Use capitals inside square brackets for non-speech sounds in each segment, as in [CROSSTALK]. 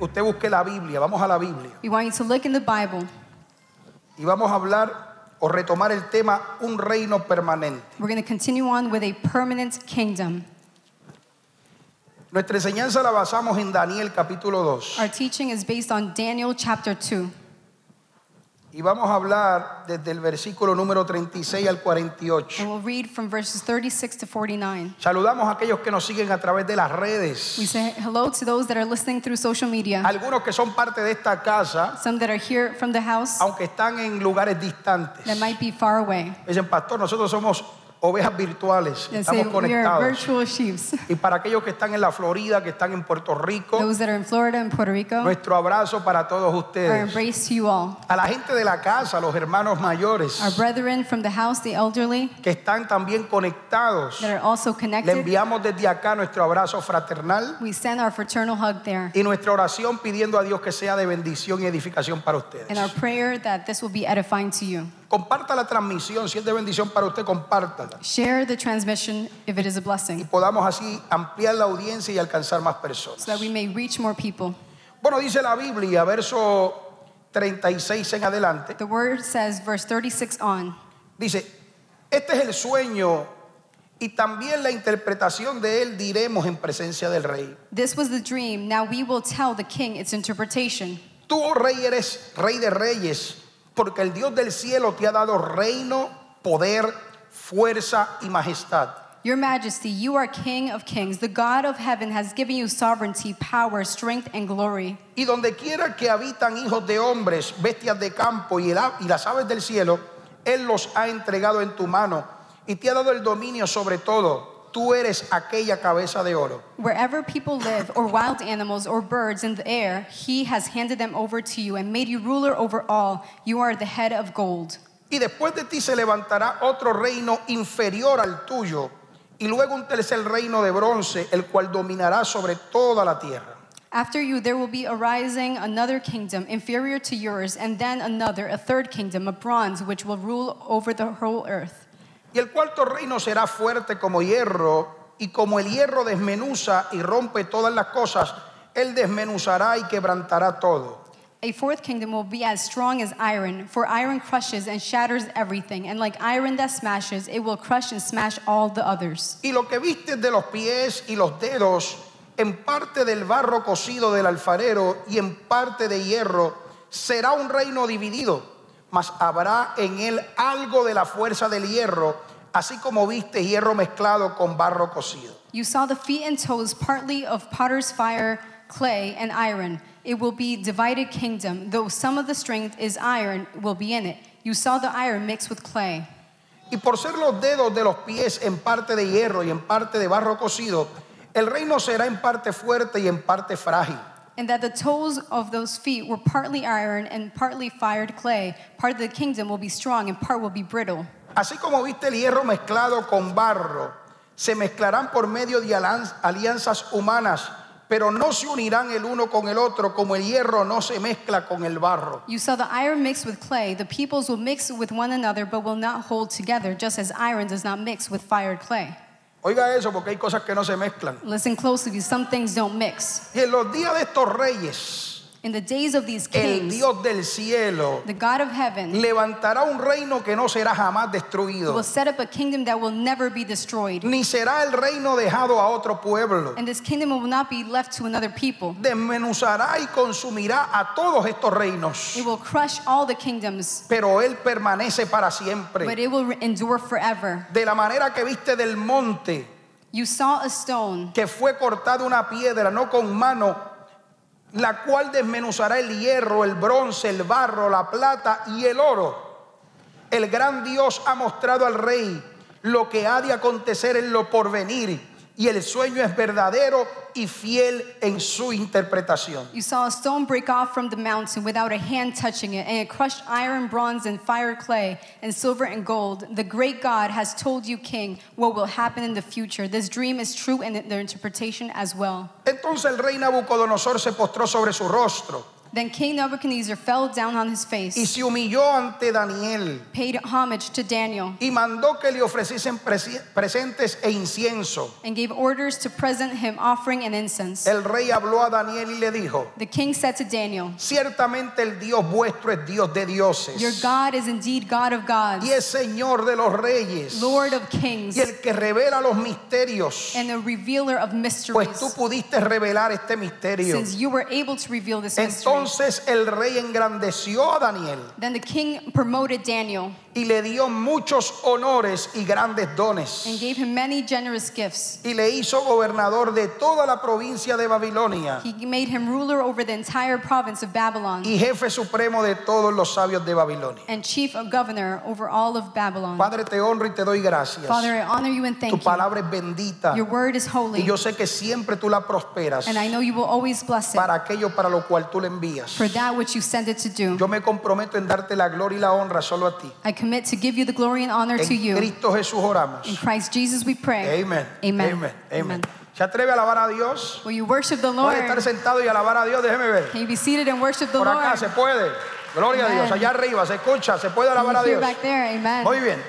usted busque la Biblia, vamos a la Biblia. We want you to look in the Bible. Y vamos a hablar o retomar el tema un reino permanente. We're going to continue on with a permanent kingdom. Nuestra enseñanza la basamos en Daniel capítulo 2. Our teaching is based on Daniel chapter 2. Y vamos a hablar desde el versículo número 36 al And 48. we'll read from verses 36 to 49. Saludamos a aquellos que nos siguen a través de las redes. We say hello to those that are listening through social media, Algunos que son parte de esta casa, some that are here from the house aunque están en lugares that distantes. might be far away. Dicen, pastor, nosotros somos ovejas virtuales, They say estamos we are conectados. virtual sheeps. Y para aquellos que están en la Florida, que están en Puerto Rico, Those that are in Florida and Puerto Rico, nuestro abrazo para todos our ustedes. embrace to you all. A la gente de la casa, a los hermanos mayores, Our brethren from the house, the elderly, que están también conectados, that are also le connected, enviamos desde acá nuestro abrazo fraternal we send our fraternal hug there. y nuestra oración pidiendo a Dios que sea de bendición y edificación para And our ustedes. prayer that this will be edifying to you. Comparta la transmisión, si es de bendición para usted, compártala. Share the transmission if it is a Y blessing podamos así ampliar la audiencia y alcanzar más personas. so that we may reach more people. Bueno, dice la Biblia, verso 36 en adelante, The word says, verse 36 on. dice, este es el sueño y también la interpretación de él diremos en presencia del rey. This was the dream. Now we will tell the king its interpretation. Tú, oh rey, eres rey de reyes, porque el Dios del cielo te ha dado reino, poder, fuerza y majestad. Your Majesty, you are King of kings. The God of heaven has given you sovereignty, power, strength, and glory. Y donde quiera que habitan hijos de hombres, bestias de campo y, el a- y las aves del cielo, Él los ha entregado en tu mano y te ha dado el dominio sobre todo. Tú eres aquella cabeza de oro. Wherever people live, or wild animals, or birds in the air, he has handed them over to you and made you ruler over all. You are the head of gold. Y después de ti se levantará otro reino inferior al tuyo y luego un tercer reino de bronce, el cual dominará sobre toda la tierra. After you, there will be arising another kingdom inferior to yours, and then another, a third kingdom of bronze, which will rule over the whole earth. Y el cuarto reino será fuerte como hierro, y como el hierro desmenuza y rompe todas las cosas, él desmenuzará y quebrantará todo. A fourth kingdom will be as strong as iron, for iron crushes and shatters everything, and like iron that smashes, it will crush and smash all the others. Y lo que vistes de los pies y los dedos, en parte del barro cocido del alfarero y en parte de hierro, será un reino dividido, mas habrá en él algo de la fuerza del hierro, así como viste hierro mezclado con barro cocido. You saw the feet and toes partly of potter's fire, clay, and iron. It will be divided kingdom, though some of the strength is iron will be in it. You saw the iron mixed with clay. Y por ser los dedos de los pies en parte de hierro y en parte de barro cocido, el reino será en parte fuerte y en parte frágil. And that the toes of those feet were partly iron and partly fired clay. Part of the kingdom will be strong and part will be brittle. Así como viste el hierro mezclado con barro, se mezclarán por medio de alan- alianzas humanas, pero no se unirán el uno con el otro como el hierro no se mezcla con el barro. You saw the iron mixed with clay. The peoples will mix with one another but will not hold together, just as iron does not mix with fired clay. Oiga eso porque hay cosas que no se mezclan. Listen closely, because some things don't mix. Y en los días de estos reyes, In the days of these el kings, Dios del cielo the God of heaven levantará un reino que no será jamás destruido. will set up a kingdom that will never be destroyed. ni será el reino dejado a otro pueblo. And this kingdom will not be left to another people. Desmenuzará y consumirá a todos estos reinos, It will crush all the kingdoms, pero él permanece para but siempre. it will endure forever. De la manera que viste del monte, You saw a stone que fue cortada una piedra, no con mano, la cual desmenuzará el hierro, el bronce, el barro, la plata y el oro. El gran Dios ha mostrado al rey lo que ha de acontecer en lo porvenir, y el sueño es verdadero y fiel en su interpretación. You saw a stone break off from the mountain without a hand touching it, and it crushed iron, bronze, and fire clay, and silver and gold. The great God has told you, King, what will happen in the future. This dream is true in their interpretation as well. Entonces el rey Nabucodonosor se postró sobre su rostro Then King Nebuchadnezzar fell down on his y face, se humilló ante Daniel paid homage to Daniel, y mandó que le ofreciesen presi- presentes e incienso. and gave orders to present him offering and incense. El rey habló a Daniel y le dijo, The king said to Daniel, ciertamente el Dios vuestro es Dios de Your dioses God is indeed God of y gods, es Señor de los reyes Lord of kings, y el que revela los misterios, and the revealer of pues tú mysteries, pudiste revelar este misterio. since you were able to reveal this mystery. Entonces el rey engrandeció a Daniel Then the king promoted Daniel y le dio muchos honores y grandes and dones gave him many generous gifts. y le hizo gobernador de toda la provincia de Babilonia He made him ruler over the entire province of Babylon y jefe supremo de todos los sabios de Babilonia. and chief of governor over all of Babylon. Padre, te honro y te doy gracias. Father, I honor you and Tu thank you. palabra es bendita Your word is y holy, yo sé que siempre tú la prosperas and I know you will always bless it para aquello para lo cual tú la envías. for that which you send it to do. Yo me comprometo en darte la gloria y la honra solo a ti. I commit to give you the glory and honor to En you. Cristo Jesús oramos. In Christ Jesus we pray. Amén. Amen. Amén. Amén. Amen. ¿Se atreve a alabar a Dios? Will you worship the Puede Lord? estar sentado y alabar a Dios, déjeme ver. Can you be seated and worship the Por Lord? acá se puede. Gloria a Amen. Dios. Allá arriba se escucha, se puede alabar a Can you Dios. hear back there? Amen. Muy bien.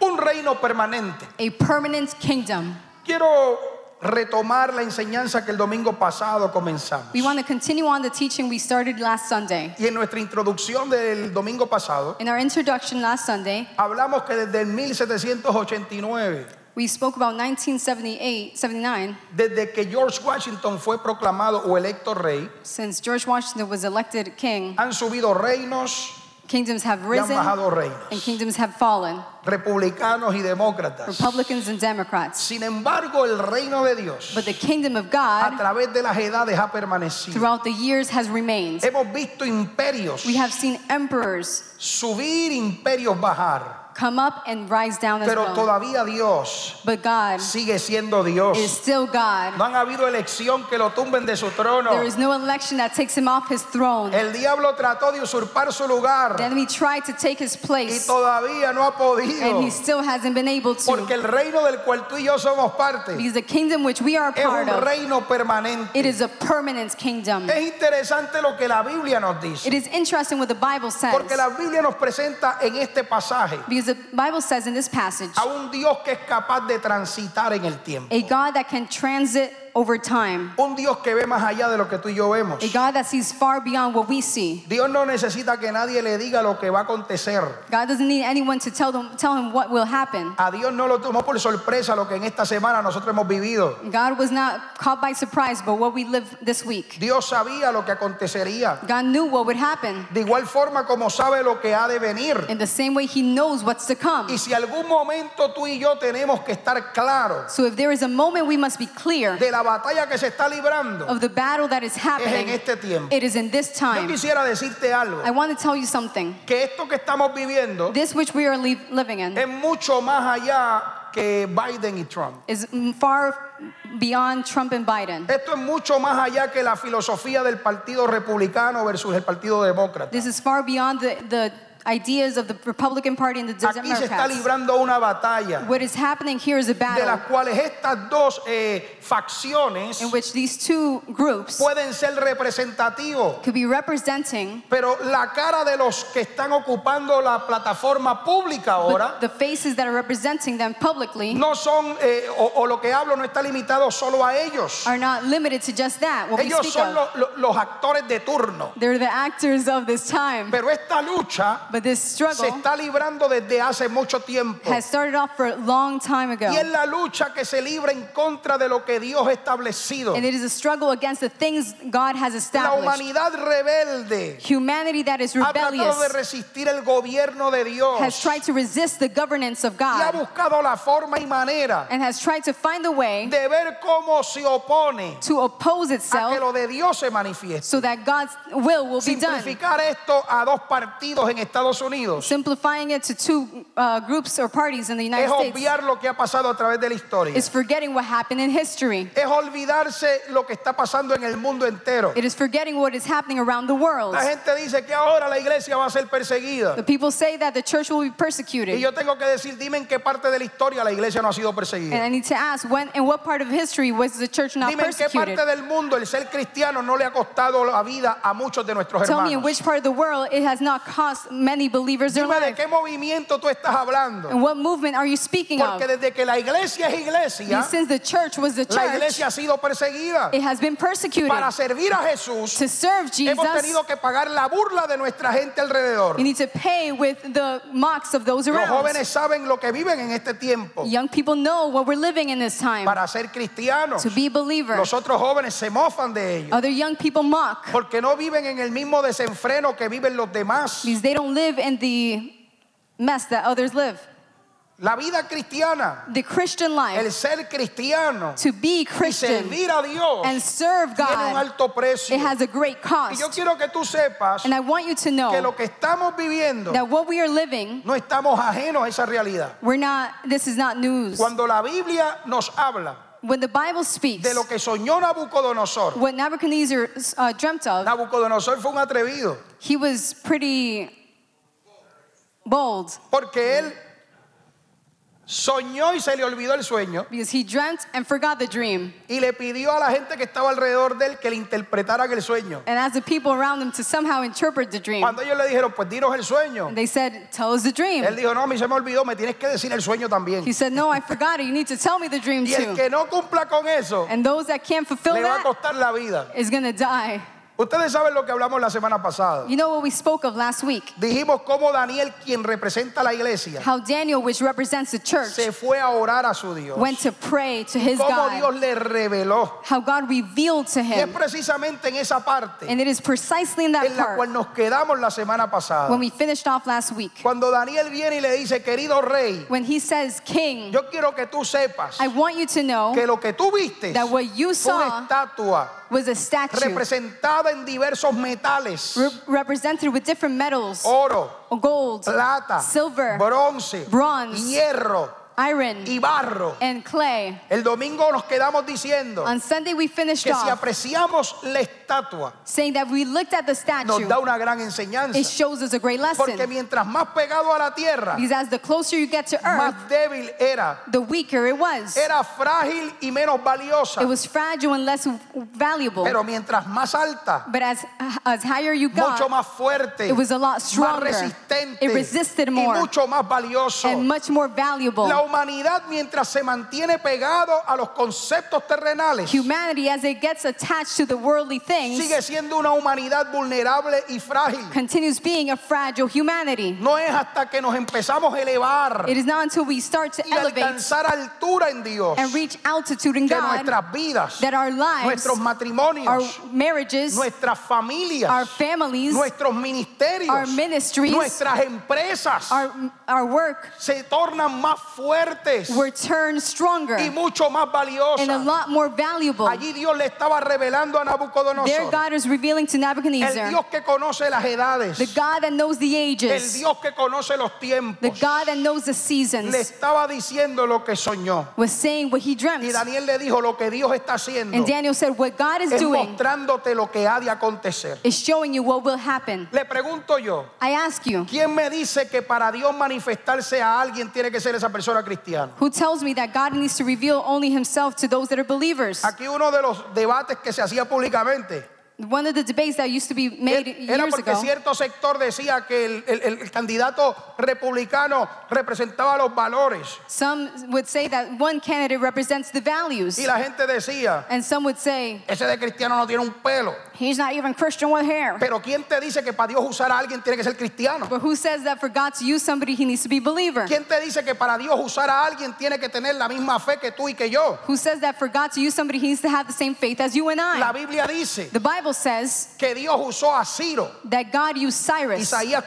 Un reino permanente. A permanent kingdom. Quiero retomar la enseñanza que el domingo pasado comenzamos. We want to continue on the teaching we started last Sunday. Y en nuestra introducción del domingo pasado, In our introduction last Sunday, hablamos que desde el 1789, we spoke about 1978, 79, desde que George Washington fue proclamado o electo rey, since George Washington was elected king, han subido reinos kingdoms have y han risen bajado and reinos, kingdoms have fallen, republicanos y demócratas. Republicans and Democrats. Sin embargo, el reino de Dios But the kingdom of a God través de las edades ha permanecido. throughout the years has remained. Hemos visto imperios We have seen emperors subir, imperios bajar, come up and rise down as pero well. todavía Dios But God sigue siendo is Dios. still God. No han habido elección que lo tumben de su trono. There is no election that takes him off his throne. El diablo trató de usurpar su lugar The enemy tried to take his y place, todavía no ha podido, and he still hasn't been able porque to. el reino del cual tú y yo somos parte Because the kingdom which we are a es part un of, reino it permanente. is a permanent kingdom. Es interesante lo que la Biblia nos dice, It is interesting what the Bible says. porque la Biblia nos presenta en este pasaje Because the Bible says in this passage, a un Dios que es capaz de transitar en el tiempo. a God that can transit over time, Un Dios que ve más allá de lo que tú y yo vemos. a God that sees far beyond what we see. Dios no necesita que nadie le diga lo que va a acontecer. God doesn't need anyone to tell, them, tell him what will happen. A Dios no lo tomó por sorpresa lo que en esta semana nosotros hemos vivido. God was not caught by surprise by what we live this week. Dios sabía lo que acontecería. God knew what would happen. De igual forma como sabe lo que ha de venir. In the same way, he knows what's to come. Y si algún momento tú y yo tenemos que estar claros So if there is a moment we must be clear de la batalla que se está librando, of the battle that is es en happening, este tiempo. it is in this Yo time. quisiera decirte algo, I want to tell you something. que esto que estamos viviendo This which we are li- living in es mucho más allá que Biden y Trump. is mm, far beyond Trump and Biden. Esto es mucho más allá que la filosofía del Partido Republicano versus el Partido Demócrata. This is far beyond the, the ideas of the Republican Party and the Aquí se está Democrats. librando una batalla What is happening here is a de las battle cuales estas dos eh, facciones in which these two groups pueden ser representativos. could be representing Pero la cara de los que están ocupando la plataforma pública ahora but the faces that are representing them publicly no son, eh, o, o lo que hablo no está limitado solo a ellos. are not limited to just that, what we Ellos speak son of. lo- lo- los actores de turno. They're the actors of this time. Pero esta lucha But this se struggle está librando desde hace mucho tiempo. has started off for a long time Y es ago. la lucha que se libra en contra de lo que Dios ha establecido. And it is a struggle against the things God has La established. humanidad rebelde Humanity that is ha tratado de rebellious resistir el gobierno de Dios has tried to resist the governance of y ha God buscado la forma y manera and has tried to find a way de ver cómo se opone to oppose a que itself lo de Dios se manifieste. so that God's will will be done. Simplificar esto a dos partidos en Estados Unidos Simplifying it to two uh, groups or parties in the es United States obviar lo que ha pasado a través de la historia. is forgetting what happened in history. Es olvidarse lo que está pasando en el mundo entero. It is forgetting what is happening around the world. La gente dice que ahora la iglesia va a ser perseguida. The people say that the church will be persecuted. Y yo tengo que decir, dime en qué parte de la historia la iglesia no ha sido And perseguida. I need to ask, when in what part of history was the church not Dime en qué persecuted? parte del mundo el ser cristiano no le ha costado la vida a muchos de nuestros Tell me in hermanos. which part of the world it has not cost many believers their Dime de life. qué movimiento tú estás hablando. And what movement are you speaking of? Porque desde que la iglesia es iglesia, Because Since the church was the la church, iglesia ha sido perseguida. it has been persecuted. Para servir a Jesús, To serve hemos Jesus, tenido que pagar la burla de nuestra gente alrededor. you need to pay with the mocks of those Los around. jóvenes saben lo que viven en este tiempo Young people know what we're living in this time. para ser cristianos. To be believers. Los otros jóvenes se mofan de ellos Other young people mock porque no viven en el mismo desenfreno que viven los demás. because they don't live in the mess that others live. La vida cristiana, The Christian el life, ser cristiano to be y Christian servir a Dios and serve tiene un God, alto precio. it has a great Y yo cost. quiero que tú sepas And I want you to que know lo que estamos viviendo that what we are living, no estamos ajenos a esa realidad. we're not, this is not news. Cuando la Biblia nos habla When the Bible speaks, de lo que soñó Nabucodonosor, what Nebuchadnezzar uh, dreamt of, Nabucodonosor fue un atrevido he was pretty bold porque él soñó y se le olvidó el sueño because he dreamt and forgot the dream. y le pidió a la gente que estaba alrededor de él que le interpretaran el sueño. And asked the people around him to somehow interpret the dream. Cuando ellos le dijeron, pues dinos el sueño, And they said, Tell us the dream. él dijo, no, a mí se me olvidó, me tienes que decir el sueño también. He said, No, I forgot it. You need to tell me the dream Y el too. que no cumpla con eso, And those that can't fulfill le va a that costar la vida. is going to die. Ustedes saben lo que hablamos la semana pasada. You know what we spoke of last week? Dijimos cómo Daniel, quien representa a la iglesia, How Daniel, which represents the church, se fue a orar a su Dios. went to pray to his Cómo God, Dios le reveló. how God revealed to Y es him. precisamente en esa parte And it is precisely in that en la cual part nos quedamos la semana pasada. when we finished off last week. Cuando Daniel viene y le dice, querido rey, When he says, King, yo quiero que tú sepas I want you to know que lo que tú viste that fue what you una saw estatua was a statue representada en diversos metales, re- represented with different metals oro, gold, Oh, plata, silver, bronce, bronze, hierro iron, y barro. and clay. El domingo nos quedamos diciendo On Sunday, we finished que si off apreciamos la estatua, saying that we looked at the nos statue, da una gran enseñanza. it shows us a great Porque lesson. mientras más pegado a la tierra, Because as the closer you get to earth, más débil era. the weaker it was. Era frágil y menos valiosa. It was fragile and less valuable. Pero mientras más alta, But as, as higher you mucho got, más fuerte, it was a lot más stronger. resistente It resisted y more mucho más valioso. and much more valuable. La humanidad mientras se mantiene pegado a los conceptos terrenales, Humanity, as it gets attached to the worldly sigue things, siendo una humanidad vulnerable y frágil. continues being a fragile humanity. No es hasta que nos empezamos a elevar It is not until we start to y elevate alcanzar altura en Dios and reach altitude in que God nuestras vidas, that our lives, nuestros our matrimonios, marriages, nuestras familias, our families, nuestros ministerios, our ministries, nuestras empresas our, our work se tornan más fuertes were turned stronger y mucho más valiosas. and a lot more valuable. Allí Dios le estaba revelando a Their Nabucodonosor, God is revealing to el Nebuchadnezzar, Dios que conoce las edades, the God that knows the el ages, Dios que conoce los the tiempos, God that knows the le seasons, estaba diciendo lo que soñó. was saying what he Y dreamt. Daniel le dijo lo que Dios está haciendo And Daniel said, What God is es doing mostrándote lo que ha de acontecer. is showing you what will happen. Le pregunto yo, I ask you, ¿quién me dice que para Dios manifestarse a alguien tiene que ser esa persona cristiana? who tells me that God needs to reveal only himself to those that are believers? Aquí uno de los debates que se hacía públicamente One of the debates that used to be made Era years porque ago. cierto sector decía que el, el- el candidato republicano representaba los valores. Some would say that one candidate represents the values, Y la gente decía, and some would say ese de cristiano no tiene un pelo. he's not even Christian with hair. Pero ¿quién te dice que para Dios usar a alguien tiene que ser cristiano? But who says that for God to use somebody, he needs to be a believer? ¿Quién te dice que para Dios usar a alguien tiene que tener la misma fe que tú y que yo? Who says that for God to use somebody, he needs to have the same faith as you and La I? Biblia dice The Bible says que Dios usó a Ciro, that God used Cyrus. Isaías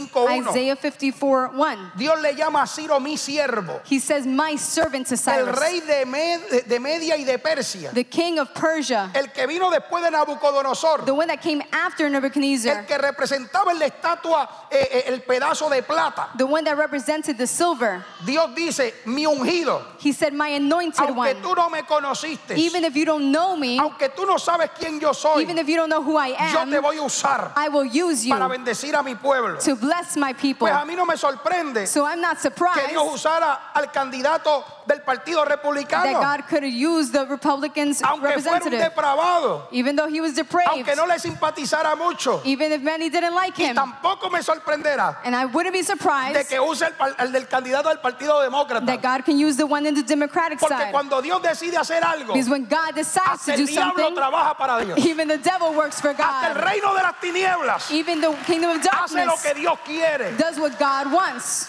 45.1. Isaiah 54 1. Dios le llama a Ciro mi siervo, He says, My servant to el Cyrus, rey de Med- de Media y de Persia, the king of Persia, el que vino después de Nabucodonosor, the one that came after el Nebuchadnezzar, que representaba en la estatua eh, eh, el pedazo de plata, the one that represented the silver, Dios dice, mi ungido, he said, My anointed aunque one, tú no me conociste, even if you don't know me, aunque tú no sabes quién yo soy, even if you don't know who I yo te am, voy a usar I will use para you bendecir a mi pueblo. to bless my people. Pues a mí no me sorprende So I'm not que surprised Dios usara al candidato del Partido that Republicano, God could have used the Republicans' aunque fuera un representative, depravado, even though he was depraved, aunque no le simpatizara mucho. even if many didn't like Y him. tampoco me sorprenderá And I wouldn't be de surprised que use el, par- el del candidato del Partido Demócrata. that God can use the one in the Democratic Porque side. cuando Dios decide hacer algo, Because when God decides hasta to el do diablo something, trabaja para Dios. even the devil works for Hasta el God. reino de las tinieblas Even the kingdom of hace lo darkness que Dios quiere. does what God wants.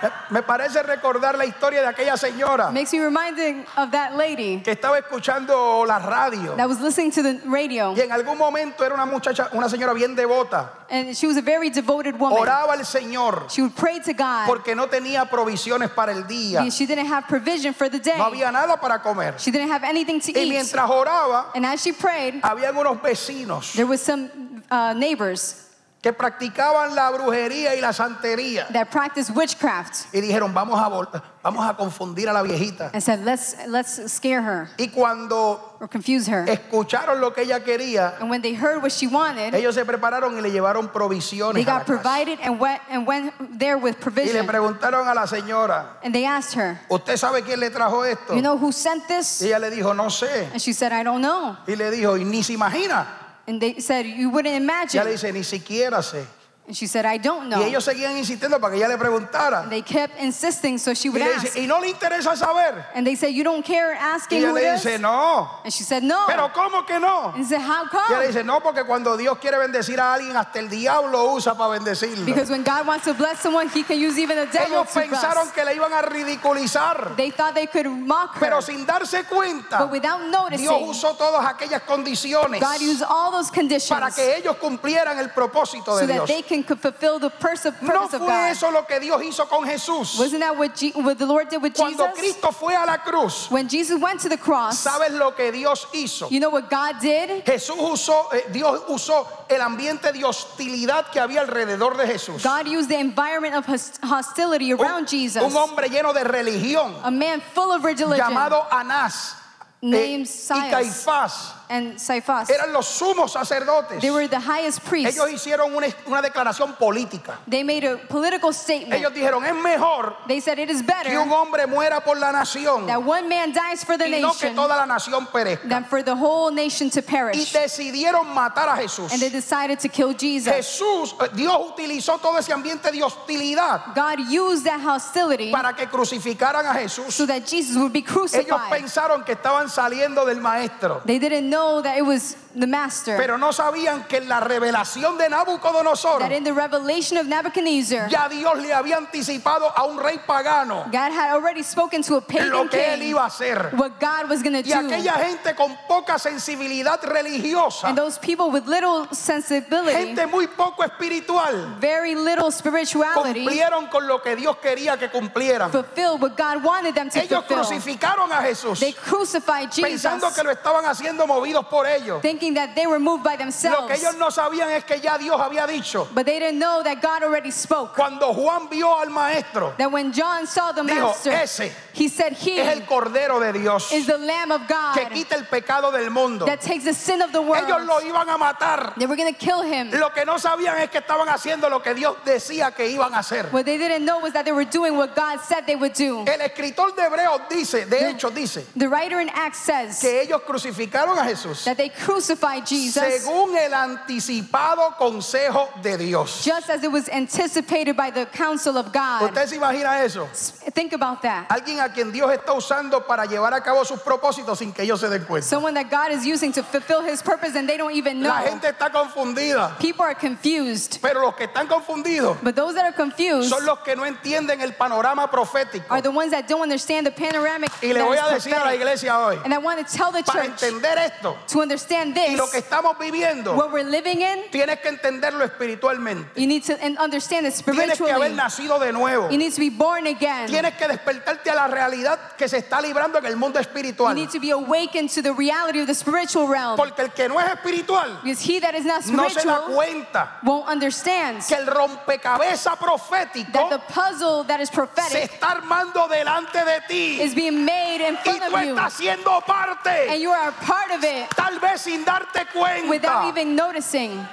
Me- Me parece recordar la historia de aquella señora Makes me reminding of that lady que estaba escuchando la radio. that was listening to the radio, Y en algún momento era una muchacha, una señora bien devota. and she was a very devoted woman. Oraba al Señor She would pray to God porque no tenía provisiones para el día. because she didn't have provision for the No day. había nada para comer. She didn't have anything to Y eat. mientras oraba, And as she prayed, habían unos vecinos there was some uh, neighbors que practicaban la brujería y la santería. that practiced witchcraft Y dijeron, vamos a, vol- vamos a confundir a la viejita. and said, "Let's let's scare her Y cuando or confuse her." escucharon lo que ella quería, And when they heard what she wanted, ellos se prepararon y le llevaron they provisiones. a la got casa. provided and went and went there with Y le provision. preguntaron a la señora, And they asked her, ¿usted sabe quién le trajo esto? "You know who sent Y this?" ella le dijo, no sé. And she said, "I don't know." Y le dijo, y ni se imagina. And they said, "You wouldn't Ella le imagine." dice, ni siquiera sé. And she said, "I don't Y know." ellos seguían insistiendo para que ella le preguntara. And they kept insisting, so she Y would le ask. dice, ¿y no le interesa saber? And they said, "You don't care Y asking ella who le it dice, is?" no. And she said, "No." ¿Pero cómo que no? And he said, "How Y ella le come?" dice, no, porque cuando Dios quiere bendecir a alguien, hasta el diablo usa para bendecirlo. Because when God wants to bless someone, He can use even the devil Ellos to pensaron bless. que le iban a ridiculizar, They thought they could mock her, pero sin darse cuenta, but without Dios noticing, usó todas aquellas condiciones God used all those conditions para que ellos cumplieran el propósito so de that Dios. they can could fulfill the pers- purpose No of fue God. eso lo que Dios hizo con Jesús. Wasn't that what, Je- what the Lord did with Cuando Jesus? Cristo fue a la cruz, When Jesus went to the cross, ¿sabes lo que Dios hizo? you know what God did? Jesús usó, eh, Dios usó el ambiente de hostilidad que había alrededor de Jesús. God used the environment of hos- hostility around Un, Jesus. un hombre lleno de religión a man full of religion llamado Anás eh, named y Caius. Caifás and Caiaphas. eran los sumos sacerdotes. They were the highest priests. Ellos hicieron una, una declaración política. They made a political statement. Ellos dijeron, es mejor They said it is que better un hombre muera por la nación that one man dies for the y no que nation toda la nación perezca. than for the whole nation to Y perish. decidieron matar a Jesús. And they decided to kill Jesus. Jesús, eh, Dios utilizó todo ese ambiente de hostilidad God used that hostility para que crucificaran a Jesús. so that Jesus would be Ellos crucified. pensaron que estaban saliendo del maestro, They didn't know that it was the master. pero no sabían que en la revelación de Nabucodonosor That in the revelation of Nebuchadnezzar, ya Dios le había anticipado a un rey pagano God had already spoken to a lo pagan que él king iba a hacer. what God was going to Y do. aquella gente con poca sensibilidad religiosa, And those people with little sensibility, gente muy poco espiritual, very little spirituality, cumplieron con lo que Dios quería que cumplieran. fulfilled what God wanted them to Ellos fulfill. crucificaron a Jesús They crucified Jesus, pensando que lo estaban haciendo movidos por ellos. thinking that they were moved by Lo que themselves. ellos no sabían es que ya Dios había dicho, But they didn't know that God already spoke. cuando Juan vio al maestro, That when John saw the Dijo, Master, "Ese he said, He es el Cordero de Dios is the Lamb of que God quita el pecado del mundo. that takes the sin of the Ellos lo world. iban a matar. They were going to kill him. Lo que no sabían es que estaban haciendo lo que Dios decía que iban a hacer. What they didn't know was that they were doing what God said they would do. El escritor de Hebreos dice, de hecho dice, The writer in Acts says que ellos crucificaron a Jesús that they crucified Jesus según el anticipado consejo de Dios. just as it was anticipated by the counsel of God. ¿Usted se imagina eso? Think about that. Alguien a quien Dios está usando para llevar a cabo sus propósitos sin que ellos se den cuenta. Someone that God is using to fulfill his purpose and they don't even La know. gente está confundida, People are confused. pero los que están confundidos But those that are confused son los que no entienden el panorama profético. are the ones that don't understand the panoramic. Y le that voy is a decir a la prophetic. iglesia hoy, And I want to tell the para church entender esto, to understand Y lo que this, estamos viviendo, what we're living in, tienes que entenderlo espiritualmente. you need to and understand it Tienes que haber spiritually. nacido de nuevo. You need to be born again. Tienes que despertarte a la realidad que se está librando en el mundo You espiritual. need to be awakened to the reality of the spiritual realm. Porque el que no es espiritual Because he that is not no se da spiritual cuenta won't understand que el rompecabezas that profético the puzzle that is se prophetic está armando delante de ti is being made in y front tú of you. estás siendo And parte, you are a part of it tal vez sin darte without cuenta. even noticing.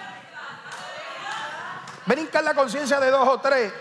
Ven a hincar la conciencia de dos o tres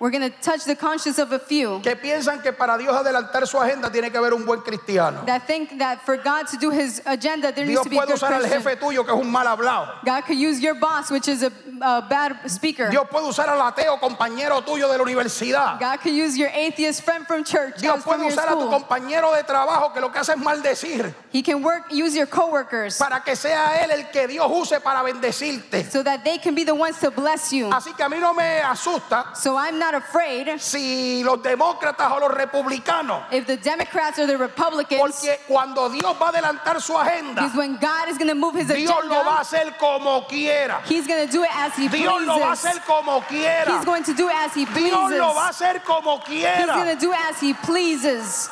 We're going to touch the conscience of a few que piensan que para Dios adelantar su agenda tiene que haber un buen cristiano. that think that for God to do his agenda, there needs Dios to be a puede good usar al jefe Christian. tuyo que es un mal hablado. God could use your boss, which is a, a bad speaker. Dios puede usar al ateo compañero tuyo de la universidad. God could use your atheist friend from church, uh, Dios from puede your usar a tu school. compañero de trabajo que lo que hace es maldecir He can work, use your coworkers para que sea él el que Dios use para bendecirte. so that they can be the ones to bless you. Así que a mí no me asusta So I'm not afraid si los demócratas o los republicanos, if the Democrats or the Republicans, porque cuando Dios va a adelantar su agenda, because when God is going to move his Dios lo va a agenda, hacer como quiera. he's going to do it as he Dios lo va a pleases. hacer como quiera. He's going to do it as he pleases. Dios lo va a He's hacer como going quiera. to do it as he pleases.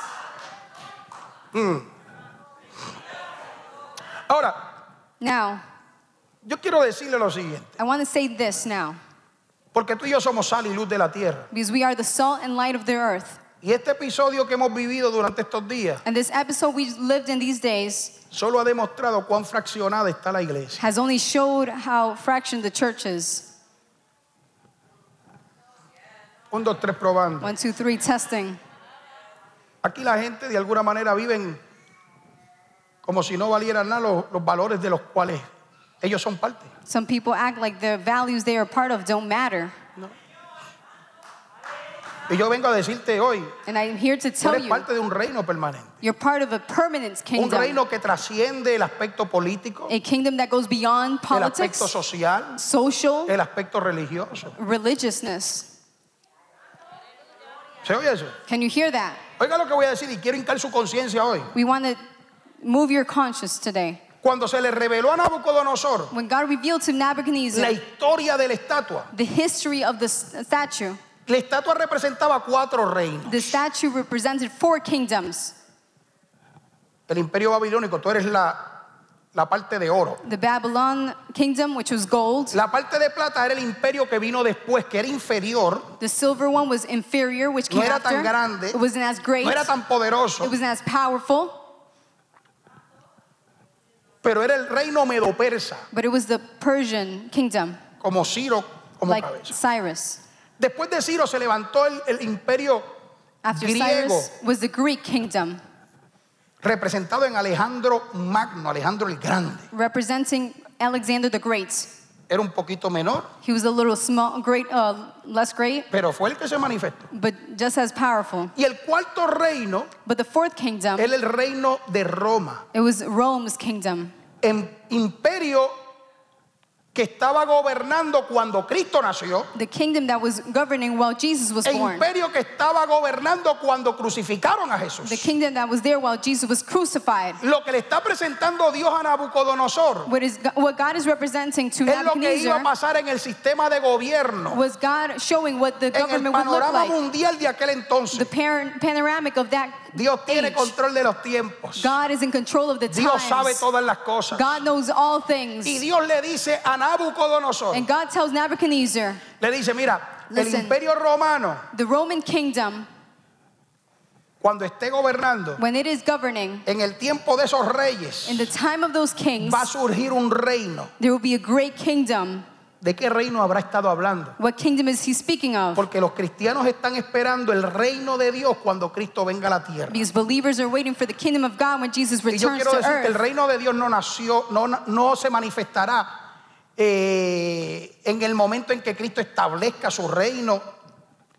Ahora, Now, yo quiero decirle lo siguiente, I want to say this now, porque tú y yo somos sal y luz de la tierra. because we are the salt and light of the earth. Y este episodio que hemos vivido durante estos días And this episode we lived in these days solo ha demostrado cuán fraccionada está la iglesia. has only showed how fractioned the church is. Un, dos, tres probando. One, two, three, testing. Aquí la gente de alguna manera viven como si no valieran nada los, los valores de los cuales ellos son parte. Some people act like the values they are part of don't matter. Y yo vengo a decirte hoy, And I'm here to tú tell eres you, parte de un reino permanente. you're part of a permanent Un kingdom, reino que trasciende el aspecto político, a kingdom that goes beyond el aspecto politics, social, social, el aspecto religioso. religiousness. ¿Se oye eso? Can you hear that? Oiga lo que voy a decir y quiero hincar su conciencia hoy. We want to move your conscience today. Cuando se le reveló a Nabucodonosor When God revealed to la Nebuchadnezzar historia de la estatua, the history of the s- uh, statue, la estatua representaba cuatro reinos. the statue represented four kingdoms El imperio babilónico, tú eres la, la parte de oro. the Babylon kingdom, which was gold, La parte de plata era el imperio que vino después, que era inferior, the silver one was inferior, which No came era tan after. grande. It wasn't as great, no era it tan poderoso, wasn't as powerful. pero era el reino medo-persa, But it was the Persian kingdom, como Ciro, como like cabeza. Cyrus. Después de Ciro se levantó el, el imperio After Griego. Cyrus was the Greek kingdom, representado en Alejandro Magno, Alejandro el Grande. representing Alexander the Great. Era un poquito menor, He was a little small, great, uh, less great, pero fue el que se manifestó. but just as powerful. Y el cuarto reino But the fourth kingdom, era el reino de Roma, it was Rome's kingdom, em- imperio que estaba gobernando cuando Cristo nació. the kingdom that was governing while Jesus was El born, imperio que estaba gobernando cuando crucificaron a Jesús. the kingdom that was there while Jesus was crucified. Lo que le está presentando Dios a Nabucodonosor What, is, what God is representing to es lo que iba a Nebuchadnezzar pasar en el sistema de gobierno, was God showing what the en el government would look panorama like, mundial de aquel the entonces. par- panoramic of that Dios tiene age. control de los tiempos. God is in control of the Dios sabe times. todas las cosas. God knows all things. Y Dios le dice a Nabucodonosor, And God tells Nebuchadnezzar, le dice, mira, el Listen. imperio romano, the Roman kingdom, cuando esté gobernando, when it is governing, en el tiempo de esos reyes, in the time of those kings, va a surgir un reino. there will be a great kingdom. ¿De qué reino habrá estado hablando? What kingdom is he speaking of? Porque los cristianos están esperando el reino de Dios cuando Cristo venga a la tierra. Because believers are waiting for the kingdom of God when Jesus Y yo returns quiero to decir que el earth. reino de Dios no nació, no, no se manifestará eh, en el momento en que Cristo establezca su reino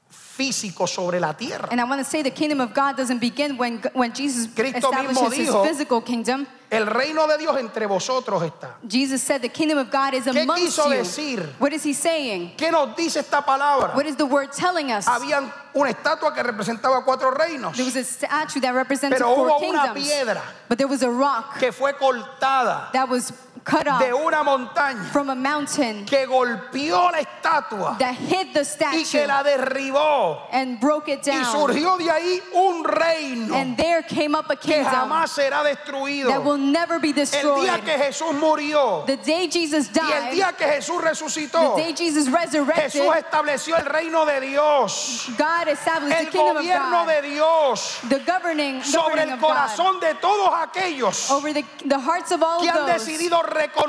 físico sobre la tierra. And I want to say the kingdom of God doesn't begin when, when Jesus Cristo mismo establishes his dijo- physical kingdom. El reino de Dios entre vosotros está. Jesus said the kingdom of God is amongst quiso you. decir? What is he saying? ¿Qué nos dice esta palabra? What is the word telling us? Habían una estatua que representaba cuatro reinos, There was a statue that represented pero hubo four una kingdoms. piedra But there was a rock que fue cortada that was cut off de una montaña from a mountain que golpeó la estatua that hit the y statue que la derribó. and broke it Y down. surgió de ahí un reino And there came up a que kingdom jamás será destruido. that will never be El destroyed. día que Jesús murió The day Jesus y el died, día que Jesús the resucitó, day Jesus resurrected, Jesús estableció el reino de Dios, God established el the kingdom of gobierno God, de Dios the governing, sobre governing el of God, corazón de todos aquellos over the, the hearts of all que han of those decidido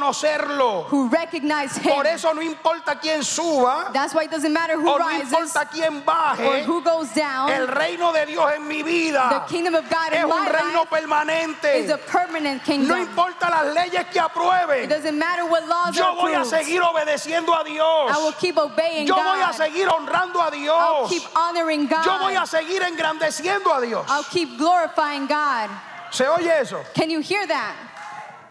reconocerlo. who recognize Him. Por eso no importa quién suba That's why it doesn't matter who o no rises importa quién or baje, who goes down. el reino de Dios en mi Ah. the vida kingdom of God es in un my reino life is a permanente. permanent No kingdom. importa las leyes que It aprueben, doesn't matter what laws yo are voy a approved. seguir obedeciendo a I will Dios. keep obeying Yo voy a God. seguir honrando a I'll Dios. keep honoring God. Yo voy a seguir engrandeciendo a Dios. I'll keep glorifying God. ¿Se oye eso? Can you hear that?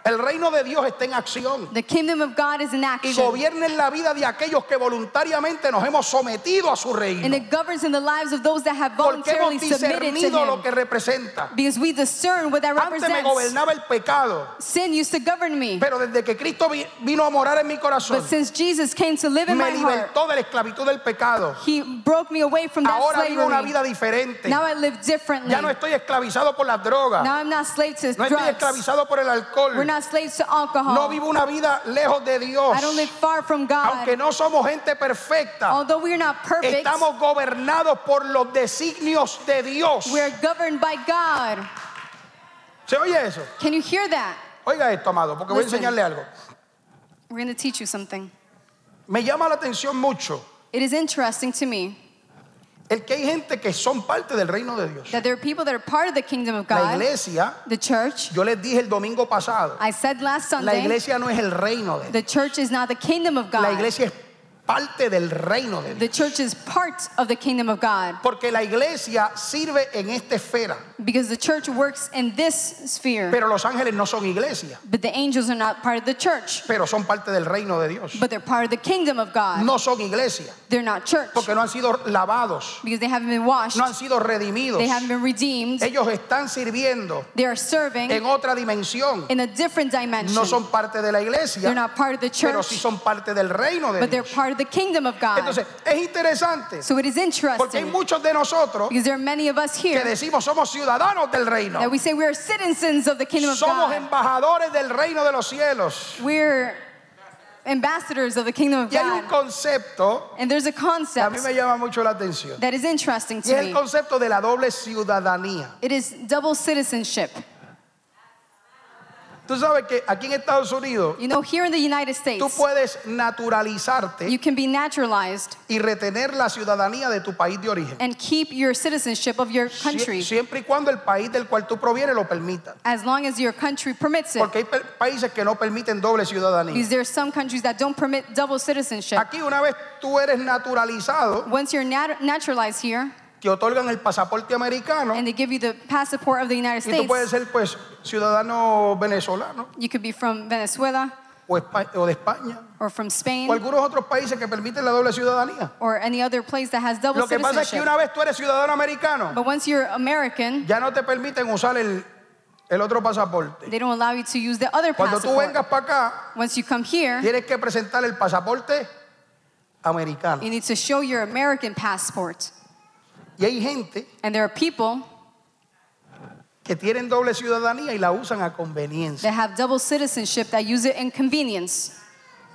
El reino de Dios está en acción The kingdom of God is in y action. gobierna en la vida de aquellos que voluntariamente nos hemos sometido a su And reino. it governs in the lives of those that have Porque voluntarily hemos submitted to discernido lo Him. que representa. Because we discern what that Antes me represents. gobernaba el pecado, Sin used to govern me. pero desde que Cristo vi- vino a morar en mi But corazón, since Jesus came to live in my me heart, libertó de la esclavitud del pecado. He broke me away from that Ahora vivo una slavery. vida diferente. Now I live differently. Ya no Now estoy esclavizado por las drogas, I'm not slave to no estoy drugs. esclavizado por el We're alcohol, not slaves to no alcohol. vivo una vida lejos de Dios. I don't live far from Aunque God. no somos gente perfecta, Although we are not perfect, estamos gobernados por los designios de Dios. we are governed by God. ¿Se oye eso? Can you hear that? Oiga esto, amado, porque voy a Listen. enseñarle algo. We're going to teach you something. Me llama la atención mucho It is interesting to me el que hay gente que son parte del reino de Dios. that there are people that are part of the kingdom of La God, iglesia, the church. yo les dije el domingo pasado, I said last la Sunday, iglesia no es el reino de Dios. the church is not the kingdom of La God. iglesia es parte del reino de Dios. The church is part of the kingdom of God Porque la iglesia sirve en esta esfera, because the church works in this sphere. pero los ángeles no son iglesia, But the angels are not part of the church, pero son parte del reino de Dios. but they're part of the kingdom of God. No son iglesia, They're not church porque no han sido lavados. because they haven't been washed, no han sido redimidos. they haven't been redeemed, Ellos están sirviendo they are serving en otra dimensión. in a different No dimension. son parte de la They're iglesia, not part of the pero sí church, son parte del reino de but they're Dios. part of the kingdom of God. Entonces, es interesante So it is porque hay interesting muchos de nosotros because there are many of us que here decimos somos ciudadanos del reino. that we say we are citizens of the kingdom of Somos God. embajadores del reino de los cielos. We're ambassadors of the kingdom of Y hay un God. concepto And there's a que a mí concept me llama mucho la atención. that is interesting Y es to el me. concepto de la doble ciudadanía. It is double citizenship. Tú sabes que aquí en Estados Unidos You know, here in the United tú States, puedes naturalizarte you can be naturalized y retener la ciudadanía de tu país de origen. and keep your citizenship of your Sie- country Siempre y cuando el país del cual tú provienes lo permita. as long as your country permits it. Porque hay per- países que no permiten doble ciudadanía. Because there are some countries that don't permit double citizenship. Aquí una vez tú eres naturalizado, Once you're nat- naturalized here te otorgan el pasaporte americano and they give you the passport of the United y tú puedes States, ser pues ciudadano venezolano you could be from Venezuela o, espa- o de España or from o Spain algunos otros países que permiten la doble ciudadanía. or any other place that has double Lo que pasa es que citizenship. una vez tú eres ciudadano americano, But once you're American, ya no te permiten usar el, el otro pasaporte. they don't allow you to use the other Cuando tú passport. vengas para acá, Once you come here, tienes que presentar el pasaporte americano. you need to show your American passport. Y hay gente And there are people que tienen doble ciudadanía y la usan a conveniencia. that have double citizenship that use it in convenience.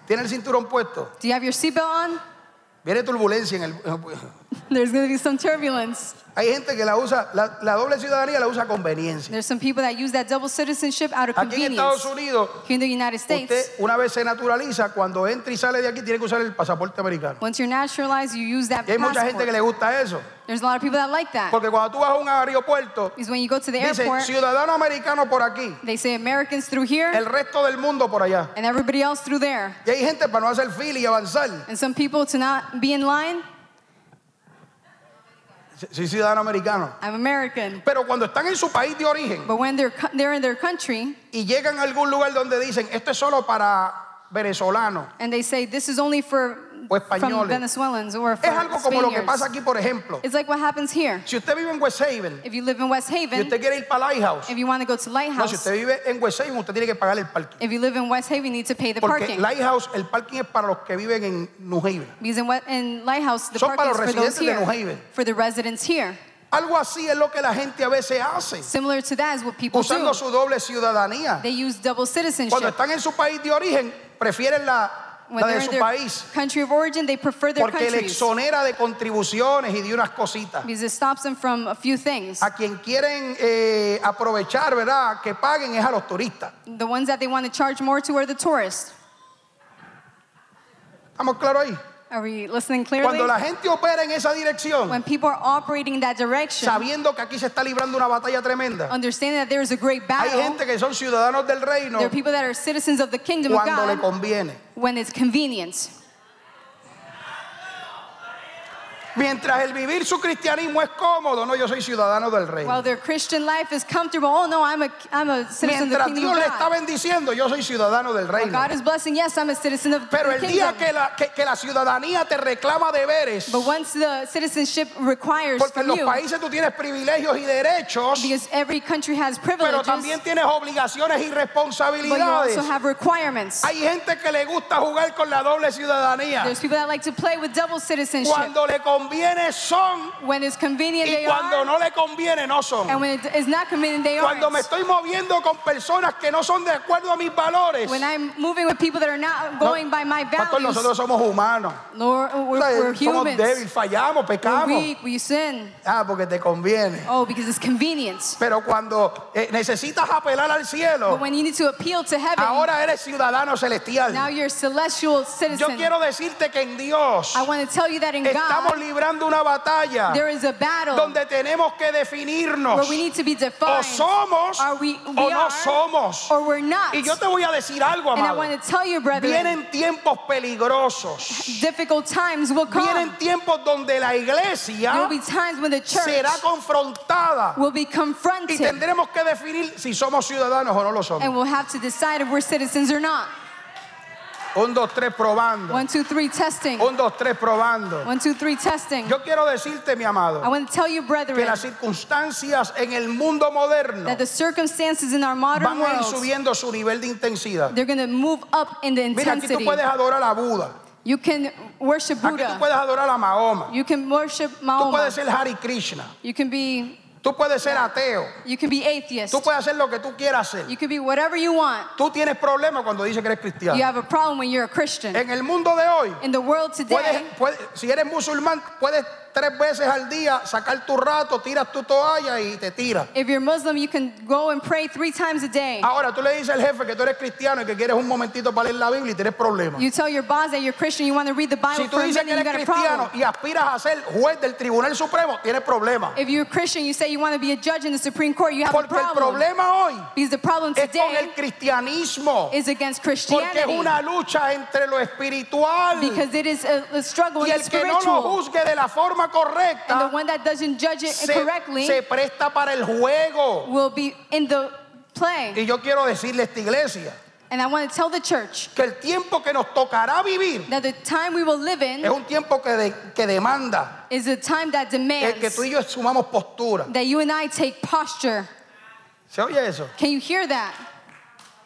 Tiene el cinturón puesto. Do you have your seatbelt on? [LAUGHS] Viene turbulencia en el. There's going to be some turbulence. Hay gente que la usa, la, la doble ciudadanía la usa a conveniencia. There's some people that use that double citizenship out of Aquí en Estados convenience. Unidos, Here in the United usted States, una vez se naturaliza, cuando entra y sale de aquí tiene que usar el pasaporte americano. once you're naturalized, you use that Y hay mucha gente que passport. le gusta eso. There's a lot of people that like that. Porque cuando tú vas a un aeropuerto, Because when you go to the dice airport, ciudadano americano por aquí, they say Americans through el here resto del mundo por allá. and everybody else through there. Y hay gente para no hacer fila y avanzar. And some people to not be in line, Soy ciudadano americano. I'm American. Pero cuando están en su país de origen, But when they're, co- they're in their country y llegan a algún lugar donde dicen, esto es solo para venezolanos, and they say, this is only for o from españoles. Venezuelans or Es from algo como lo que Spaniards. pasa aquí, por ejemplo. It's like what happens here. Si usted vive en West Haven If you live in West y Haven, usted quiere ir para Lighthouse, if you want to go to no, si Lighthouse, usted vive en West Haven, usted tiene que pagar el parking. if you live in West Haven, you need to pay the Porque parking. Lighthouse, el parking es para los que viven en New Haven. Because in, Wet- in Lighthouse, the Son para parking los is for those residentes de New here, Haven. for the residents here. Algo así es lo que la gente a veces hace, Similar to that is what people do. usando su doble ciudadanía. They use double citizenship. Cuando están en su país de origen, prefieren la, When la they're de in su their país, country of origin, they prefer their porque le countries exonera de contribuciones y de unas cositas. because it stops them from a few things. A quien quieren eh, aprovechar, ¿verdad? Que paguen es a los turistas. The ones that they want to charge more to are the tourists. ¿Estamos claros ahí? Are we listening Cuando clearly? la gente opera en esa dirección, When people are operating in that direction, sabiendo que aquí se está librando una batalla tremenda, understanding that there is a great hay battle, gente que son ciudadanos del reino there are people that are citizens of the kingdom of cuando le God conviene. when it's convenient. Mientras el vivir su cristianismo es cómodo, no, yo soy ciudadano del While reino. their Christian life is comfortable, oh no, I'm a, I'm a citizen of the Mientras kingdom Dios of le está God. bendiciendo, yo soy ciudadano del While reino. God is blessing, yes, I'm a citizen of Pero the el kingdom. día que la, que, que la ciudadanía te reclama deberes, But once the citizenship requires porque en from los you, países tú tienes privilegios y derechos, because every country has pero privileges, también tienes obligaciones y but you also responsabilidades. have requirements. Hay gente que le gusta jugar con la doble ciudadanía. There's people that like to play with double citizenship. Cuando le conviene son when it's convenient, y they cuando are, no le conviene no and son. when it is not convenient, they Cuando me aren't. estoy moviendo con personas que no son de acuerdo a mis valores, When I'm moving with people that are not No, going by my pastor, values, nosotros somos humanos. Lord, we're, we're somos humans. débiles, fallamos, We're pecamos. weak, we sin. Ah, porque te conviene. Oh, because it's convenient. Pero cuando eh, necesitas apelar al But cielo, when you need to appeal to heaven, ahora eres ciudadano now celestial. you're a celestial Yo citizen. quiero decirte que en Dios I want to tell you that in estamos God, librando una batalla there is a battle donde tenemos que definirnos. where we need to be O defined. somos Are we- we o no are, somos. or we're not. Y yo te voy a decir algo, and I amado. want to tell you, brethren, Vienen tiempos peligrosos. difficult times will come. Vienen tiempos donde la there iglesia will be times when the church será confrontada will be y confronted tendremos que definir si somos ciudadanos o no lo somos. and we'll have to decide if we're citizens or not. Un, dos, tres, probando. One, two, three, testing. Un, dos, tres, probando. One, two, three, testing. Oh. Yo quiero decirte, mi I amado, want to tell you, que brethren, las circunstancias en el mundo moderno that the circumstances in our modern van a ir world, subiendo su nivel de intensidad. they're going to move up in the Mira, aquí tú intensity. puedes adorar a Buda. You can worship Aquí tú Buddha. puedes adorar a Mahoma. You can worship Tú Mahoma. puedes ser Hare Krishna. You can be Tú puedes ser ateo. you can be atheist. Tú puedes hacer lo que tú quieras hacer. You can be whatever you want. Tú tienes problemas cuando dices que eres You cristiano. have a problem when you're a Christian. En el mundo de hoy, In the world today, Eh, Puedes- puedes- si eres musulmán, puedes tres veces al día sacar tu rato, tiras tu toalla y te tiras. if you're Muslim, you can go and pray three times a day. Ahora tú le dices al jefe que tú eres cristiano y que quieres un momentito para leer la Biblia y tienes problemas. You tell your boss that you're Christian, you want to read the Bible Si tú for a dices minute, que you eres got a cristiano problem. y aspiras a ser juez del Tribunal Supremo, tienes problemas. If you're Christian, you say you want to be a judge in the Supreme Court, you have a Porque el problem. problema hoy Because the problem es con el today cristianismo. is against Porque es Christianity. una lucha entre lo espiritual Because it is a, a struggle y in the el que no lo spiritual. juzgue de la forma And the correcta one that doesn't judge it se- correctly se presta para el juego. will be in the play. Y yo quiero decirle a esta iglesia And I want to tell the church que el tiempo que nos tocará vivir that the time we will live es in un tiempo que, de- que demanda is a time that el que demands tú y yo sumamos postura. that you and I take posture. ¿Se oye eso? Can you hear that?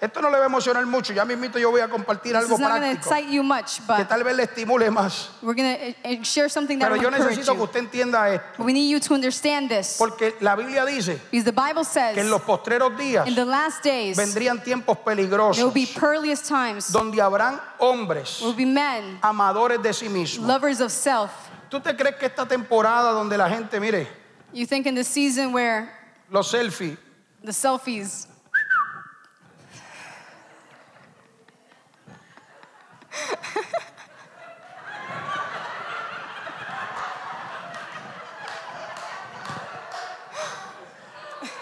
Esto no le va a emocionar mucho. Ya mismito yo voy a compartir This algo is not going práctico to excite you much, que but tal vez le estimule más. we're going to share something that Pero will yo encourage necesito que you. usted entienda esto. We need you to understand this. Porque la Biblia dice Because the Bible says que en los postreros días in the last days vendrían tiempos there will peligrosos be perilous times. There donde habrán hombres will be men, amadores de sí mismos. lovers of self. ¿Tú te crees que esta temporada donde la gente, mire, You think in the season where los selfies, the selfies,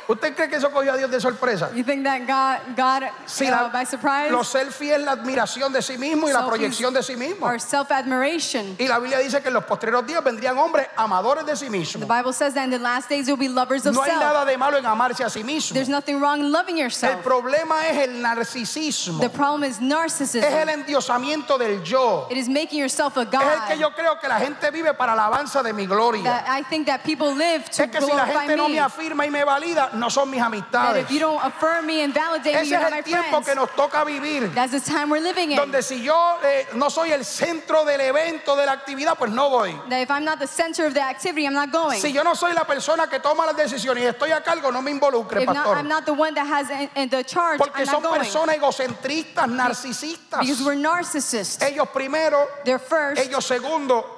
¿Usted cree que eso cogió a Dios de sorpresa? You think that God, God Si uh, la- by surprise? Lo selfie es la admiración de sí mismo y la Selfies proyección de sí mismo. Or self admiration. Y la Biblia dice que en los postreros días vendrían hombres amadores de sí The mismos. Bible says that in the last days you'll be lovers of No hay self. nada de malo en amarse a sí mismo. There's nothing wrong in loving El yourself. problema es el narcisismo. The problem is narcissism. Es el endiosamiento del yo. it is making yourself a Es el god. que yo creo que la gente vive para la alabanza de mi gloria. that I think that people live to Es que si la glorify gente no me. me afirma y me valida, no son mis that amistades. if you don't affirm me and validate me, Ese you're es not my el tiempo friends. que nos toca vivir. That's the time we're living in. Donde si yo eh, no soy el centro del evento, de la actividad, pues no voy. that if I'm not the center of the activity, I'm not going. Si yo no soy la persona que toma las decisiones y estoy a cargo, no me involucre, if not, pastor. I'm not the one that has in, in the charge, Porque I'm son not going. personas egocentristas, narcisistas. Because we're narcissists. Ellos primero, they're first, ellos segundo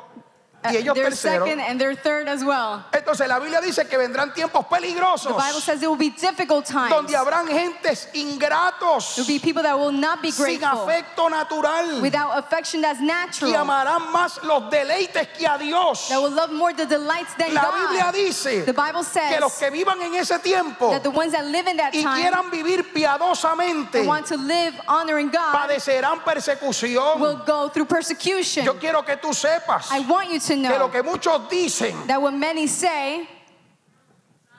y uh, ellos they're tercero. second, and they're third as well. Entonces la Biblia dice que vendrán tiempos The Bible peligrosos says there will be difficult times. donde habrán gentes ingratos, There'll be people that will not be sin grateful afecto natural, without affection that's natural, que that amarán más los deleites que a Dios. will love more the delights than La Biblia God. dice The Bible que says los que vivan en ese tiempo that the ones that live in that y time quieran vivir and piadosamente want to live honoring God padecerán will persecución. go through persecution. Yo quiero que tú sepas I want you to que lo know que muchos dicen that what many say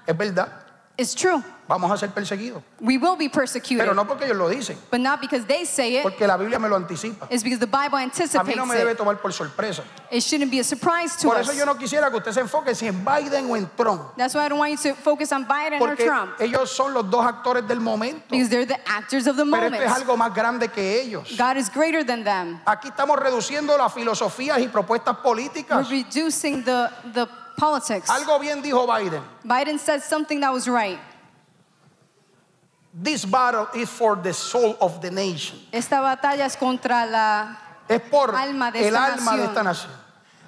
es verdad. is true. Vamos a ser perseguidos. We will be Pero persecuted, no porque ellos lo dicen, but not because they say it. porque la Biblia me lo anticipa. It's because the Bible A mí anticipates no me debe it. tomar por sorpresa. It shouldn't be a surprise to Por eso us. yo no quisiera que usted se enfoque si en Biden o en Trump. That's why I don't want you to focus on Biden or Porque Trump, ellos son los dos actores del momento. because they're the actors of the Pero esto moment. es algo más grande que ellos. God is greater than them. Aquí estamos reduciendo las filosofías y propuestas políticas. We're reducing the, the politics. Algo bien dijo Biden. Biden said something that was right. This battle is for the soul of the nation. Esta batalla es contra la. Es por Alma de el esta alma de nación. esta nación.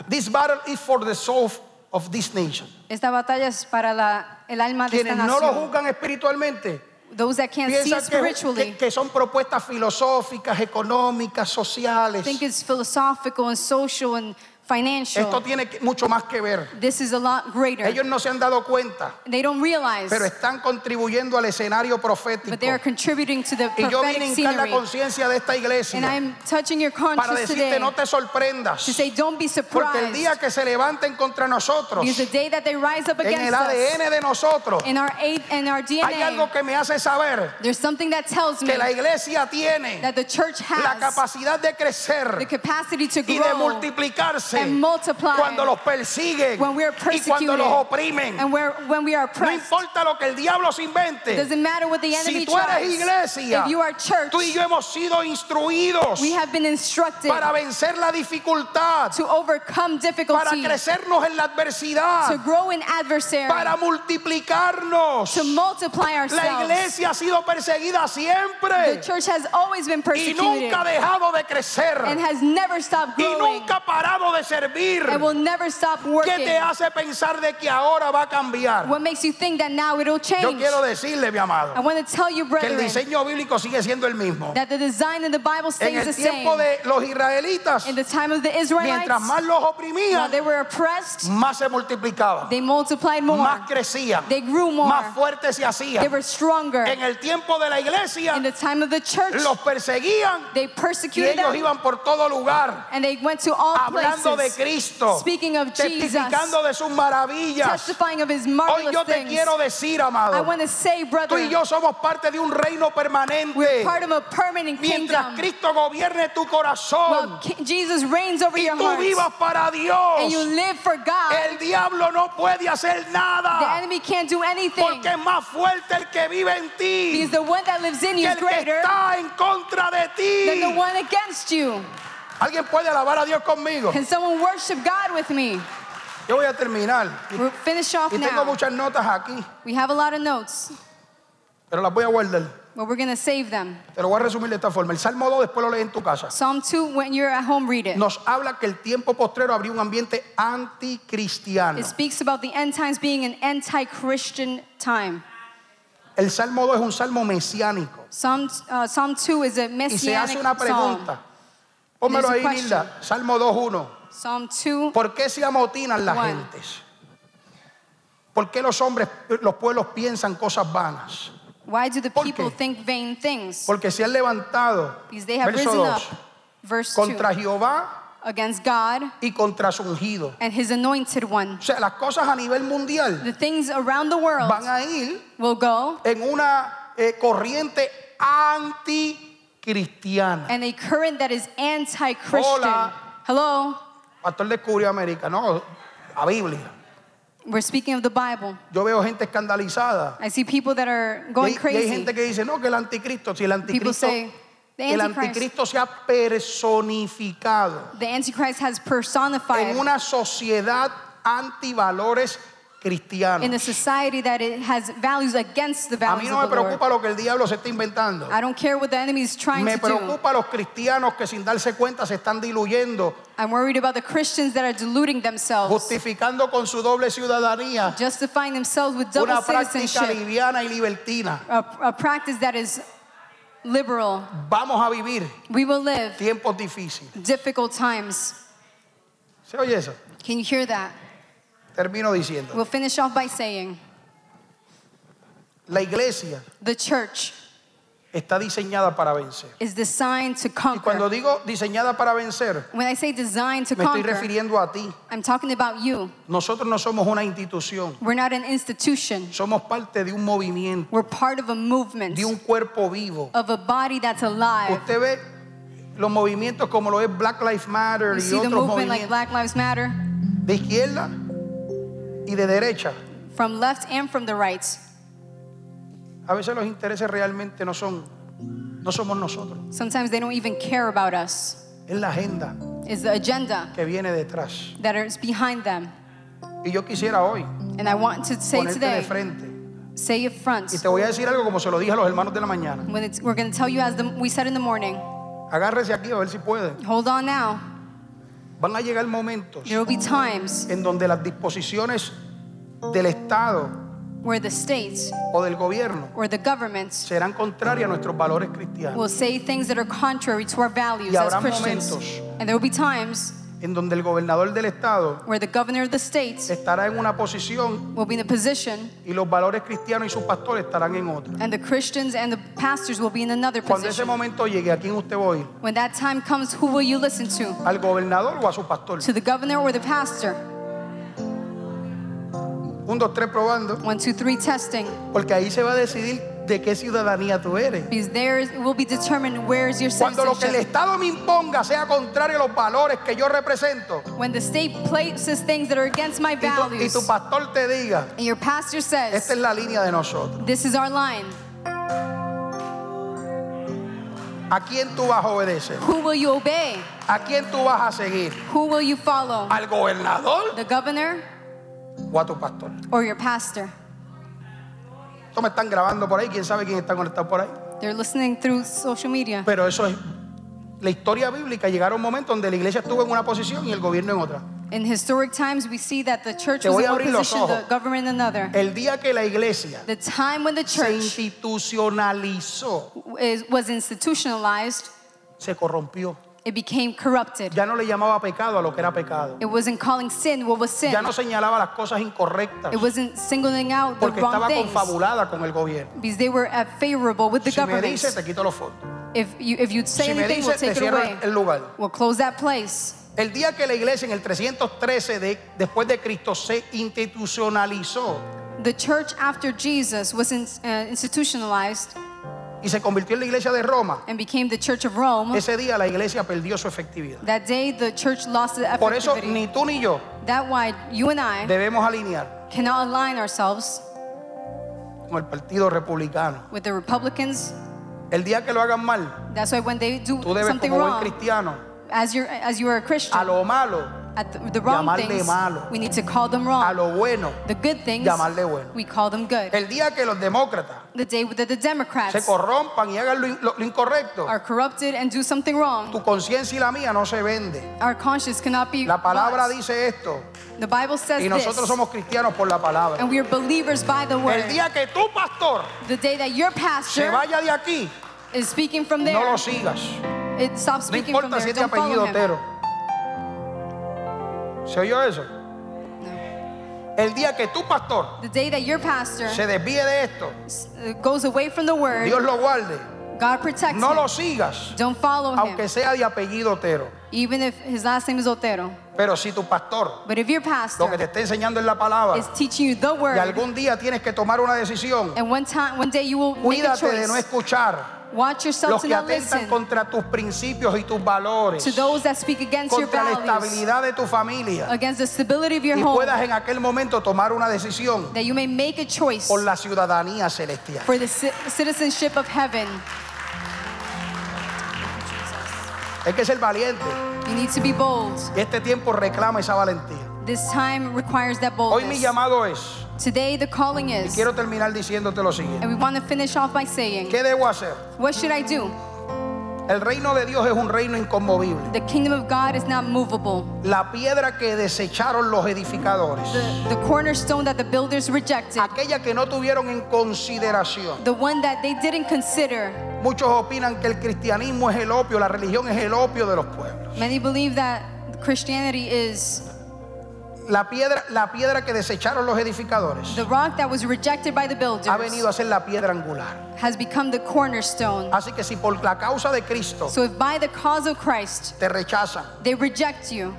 This battle is for the soul of this nation. Esta batalla es para la, el alma de esta Quienes no lo nación. juzgan espiritualmente Those that can't see piensan it que, spiritually que- que son propuestas filosóficas, económicas, sociales. think it's philosophical and social and financial. Esto tiene que- mucho más que ver. This is a lot greater. Ellos no se han dado cuenta, They don't realize, pero están contribuyendo al escenario profético. but they are contributing to the Y yo vine a prophetic hincar la scenery. conciencia de esta And iglesia I'm touching your para conscience decirte today no te sorprendas. to say, don't be Porque el surprised. día que se levanten contra nosotros, Because the day that they rise up en against el us, ADN de nosotros, in our, eight, in our hay algo DNA, que me hace saber there's something that tells me que la iglesia tiene that the church la has capacidad de the crecer capacity to y de grow multiplicarse and multiply cuando los persiguen when we are y cuando los persecuted oprimen. and where, when we are No oppressed. importa lo que el diablo se invente. Doesn't matter what the Si enemy tú eres tries. iglesia, if you are church, tú y yo hemos sido instruidos we have been instructed para vencer la dificultad, to overcome para difficulty, crecernos en la to adversidad, grow in adversary, para multiplicarnos. to multiply La ourselves. iglesia ha sido perseguida siempre The church has always been y persecuted nunca ha dejado de crecer and has never stopped y growing nunca ha parado de servir. and will never stop ¿Qué working. te hace pensar de que ahora va a cambiar? What makes you think that now Yo it'll change? quiero decirle, mi I amado, want to tell you, que el brethren, diseño bíblico sigue siendo el mismo. that the design in the Bible En stays the el tiempo same. de los israelitas, in the time of the Israelites, mientras más los while oprimían, they were oppressed, más se multiplicaban, they multiplied more. más crecían, They grew more. más fuertes se They hacían. were stronger. En el tiempo de la iglesia, In the time of the church, los perseguían they y persecuted ellos them iban por todo lugar, and they went to all hablando de places, Cristo, Speaking of Jesus. testificando de sus maravillas. testifying of his Hoy marvelous yo te things. quiero decir, I amado, want to say, tú brother, y yo somos parte de un reino we're permanente. part of a permanent Mientras kingdom. Cristo gobierne tu While corazón Ki- Jesus reigns over y your tú heart vivas para and you Dios, live for God, el diablo no puede hacer the nada enemy can't do anything porque es más fuerte el que vive en ti because the one that lives in que you el is que greater está en contra de than the ti. one against you. ¿Alguien puede alabar a Dios conmigo? Can someone worship God with me? Yo voy a terminar We'll finish off y tengo now. muchas notas aquí, We have a lot of notes, pero las voy a guardar. but we're going to save them. Te lo voy a resumir de esta forma. El Salmo 2 después lo lees en tu casa. Psalm 2, when you're at home, read it. Nos habla que el tiempo postrero habría un ambiente anticristiano. It speaks about the end times being an anti Christian time. El Salmo 2 es un salmo mesiánico. Psalm, uh, Psalm 2 is a Y se hace messianic una psalm. pregunta. Pónmelo There's ahí, a question. Linda. Salmo 2.1. Psalm 2, ¿Por qué se amotinan las One. gentes? ¿Por qué los hombres, los pueblos piensan cosas vanas? Why do the ¿Por people qué? think vain things? Porque se han levantado, Because they have verso risen up, 2, verse 2, contra Jehová against God y contra su ungido. and his anointed one. O sea, las cosas a nivel mundial The things around the world van a ir will go en una eh, corriente anticristiana. and a current that is anti Christian. Hola. Hello? Pastor descubrió América, no, la Biblia. We're speaking of the Bible. Yo veo gente escandalizada. I see people that are Y hay, y going hay crazy. gente que dice, no, que el anticristo, si el People anticristo, say, the el Antichrist, anticristo se ha personificado the Antichrist has en personified una sociedad antivalores in a cristianos. society that it has values against the A mí values no me of the Lord. preocupa lo que el diablo se está inventando. I don't care what the enemy is trying Me to do. preocupa los cristianos que sin darse cuenta se están diluyendo, I'm worried about the Christians that are deluding themselves, justificando con su doble ciudadanía justifying themselves with double una práctica citizenship, liviana y libertina. a, a practice that is liberal. Vamos a vivir We will live tiempos difíciles. difficult times. ¿Se oye eso? Can you hear that? Termino diciendo, We'll finish off by saying la iglesia the church está diseñada para vencer. is designed to Y cuando conquer. digo diseñada para vencer, When I say designed to me estoy conquer, refiriendo a ti. I'm talking about you. Nosotros no somos una institución, We're not an institution. somos parte de un movimiento, We're part of a movement, de un cuerpo vivo. of a body that's alive. Usted ve los movimientos como lo es Black Lives Matter You y see the otros movement like movimientos Black Lives Matter de izquierda y de derecha. from left and from the right. A veces los intereses realmente no son, no somos nosotros, Sometimes they don't even care about us. es la agenda It's the agenda que viene detrás. that is behind them. Y yo quisiera hoy And I want to say ponerte de today, frente. say it front. Y te voy a decir algo como se lo dije a los hermanos de la mañana. When it's, we're going to tell you as the, we said in the morning. Agárrese aquí a ver si pueden. Hold on now. Van a llegar momentos There will be times en donde las disposiciones del Estado where the states o del gobierno or the governments serán contrarias a nuestros valores will cristianos. say things that are contrary to our values Y as habrá Christians. momentos- And there will be times En donde el gobernador del Estado where the governor of the state estará en una posición will be in a position y los valores cristianos y sus pastores estarán en otra. and the Christians and the pastors will be in another Cuando ese position. momento llegue, ¿a quién usted va a oír? When that time comes, who will you listen to? ¿Al gobernador o a su pastor? To the governor or the pastor? Un, dos, tres probando. One, two, three, testing. Porque ahí se va a decidir de qué ciudadanía tú eres. Because there is, it will be determined where is your Cuando lo que el citizenship. Estado me imponga sea contrario a los valores que yo represento When the state places things that are against my y tu, y values, tu pastor te diga, and your pastor says, esta es la línea de nosotros. This is our line. ¿A quién tú vas a obedecer? Who will you obey? ¿A quién tú vas a seguir? Who will you follow? ¿Al gobernador The governor o a tu pastor? or your pastor? Esto me están grabando por ahí, quién sabe quién está conectado por ahí. They're listening through social media. Pero eso es la historia bíblica. Llegaron momentos donde la iglesia estuvo en una posición y el gobierno en otra. In historic times, we see that the church Te was voy in a one abrir los position, ojos. the government in another. El día que la iglesia The time when the se church institucionalizó, is, was institutionalized, se corrompió. it became corrupted. Ya no le llamaba pecado a lo que era pecado. It wasn't calling sin what was sin. Ya no señalaba las cosas incorrectas It wasn't singling out the porque wrong estaba things confabulada con el gobierno. because they were at favorable with the Si me government. dices, te quito los fondos. If you if you'd say Si me anything, we'll dices, te take it cierro away. el- el lugar. We'll close that place. El día que la iglesia en el 313 de- después de Cristo se institucionalizó The church after Jesus was in, uh, institutionalized y se convirtió en la iglesia de Roma, and became the Church of Rome. ese día la iglesia perdió su efectividad. That day, the church lost its Por eso ni effectivity. tú ni yo That why you and I debemos alinear cannot align ourselves con el Partido Republicano. with the Republicans. El día que lo hagan mal, That's why when they do tú debes something como buen wrong, cristiano as you're as you are a a Christian, lo malo, at the, the wrong llamarle things, malo. we need to call them a wrong. lo bueno, The good things, llamarle bueno. we call them good. El día que los demócratas The day that the se Democrats corrompan y hagan lo, in- lo- lo incorrecto, are corrupted and do something wrong, tu conciencia y la mía no se vende. our conscience cannot be. La palabra bought. dice esto The Bible says y nosotros this, somos cristianos por la palabra. and we are believers by the El word. día que tu pastor The day that your se pastor vaya de aquí, is speaking from no there, lo sigas. it stops No speaking from importa there. si es de Don't apellido follow him. Otero. ¿Se oyó eso? No. El día que tu pastor The day that your pastor se desvíe de esto, uh, goes away from the word, Dios lo guarde. God protects No him. lo sigas, Don't follow aunque him, sea de apellido Otero. even if his last name is Otero. Pero si tu pastor But if your pastor lo que te está enseñando es la palabra is teaching you the y word, algún día tienes que tomar una decisión, and one time, one day you will make a cuídate de no choice. escuchar Watch yourself los to que not atentan listen contra tus principios y tus valores, to those that speak against your contra la values, estabilidad de tu familia against the stability of your y home, puedas en aquel momento tomar una decisión that you may make a choice por la ciudadanía celestial. for the ci- citizenship of heaven. Hay que ser valiente You need to be bold. y este tiempo reclama esa valentía. This time requires that Hoy mi boldness. llamado es, Today the calling y is, quiero terminar diciéndote lo siguiente, and we want to finish off by saying, ¿qué debo hacer? what should I do? El reino de Dios es un reino inconmovible. The kingdom of God is not movable. La piedra que desecharon los edificadores, The, the cornerstone that the builders rejected, aquella que no tuvieron en consideración. the one that they didn't consider. Muchos opinan que el cristianismo es el opio, la religión es el opio de los pueblos. Many believe that Christianity is La piedra, la piedra que desecharon los edificadores the rock that was rejected by the builders. ha venido a ser la piedra angular. has become the cornerstone. Así que si por la causa de Cristo So if by the cause of Christ te rechazan, they reject you,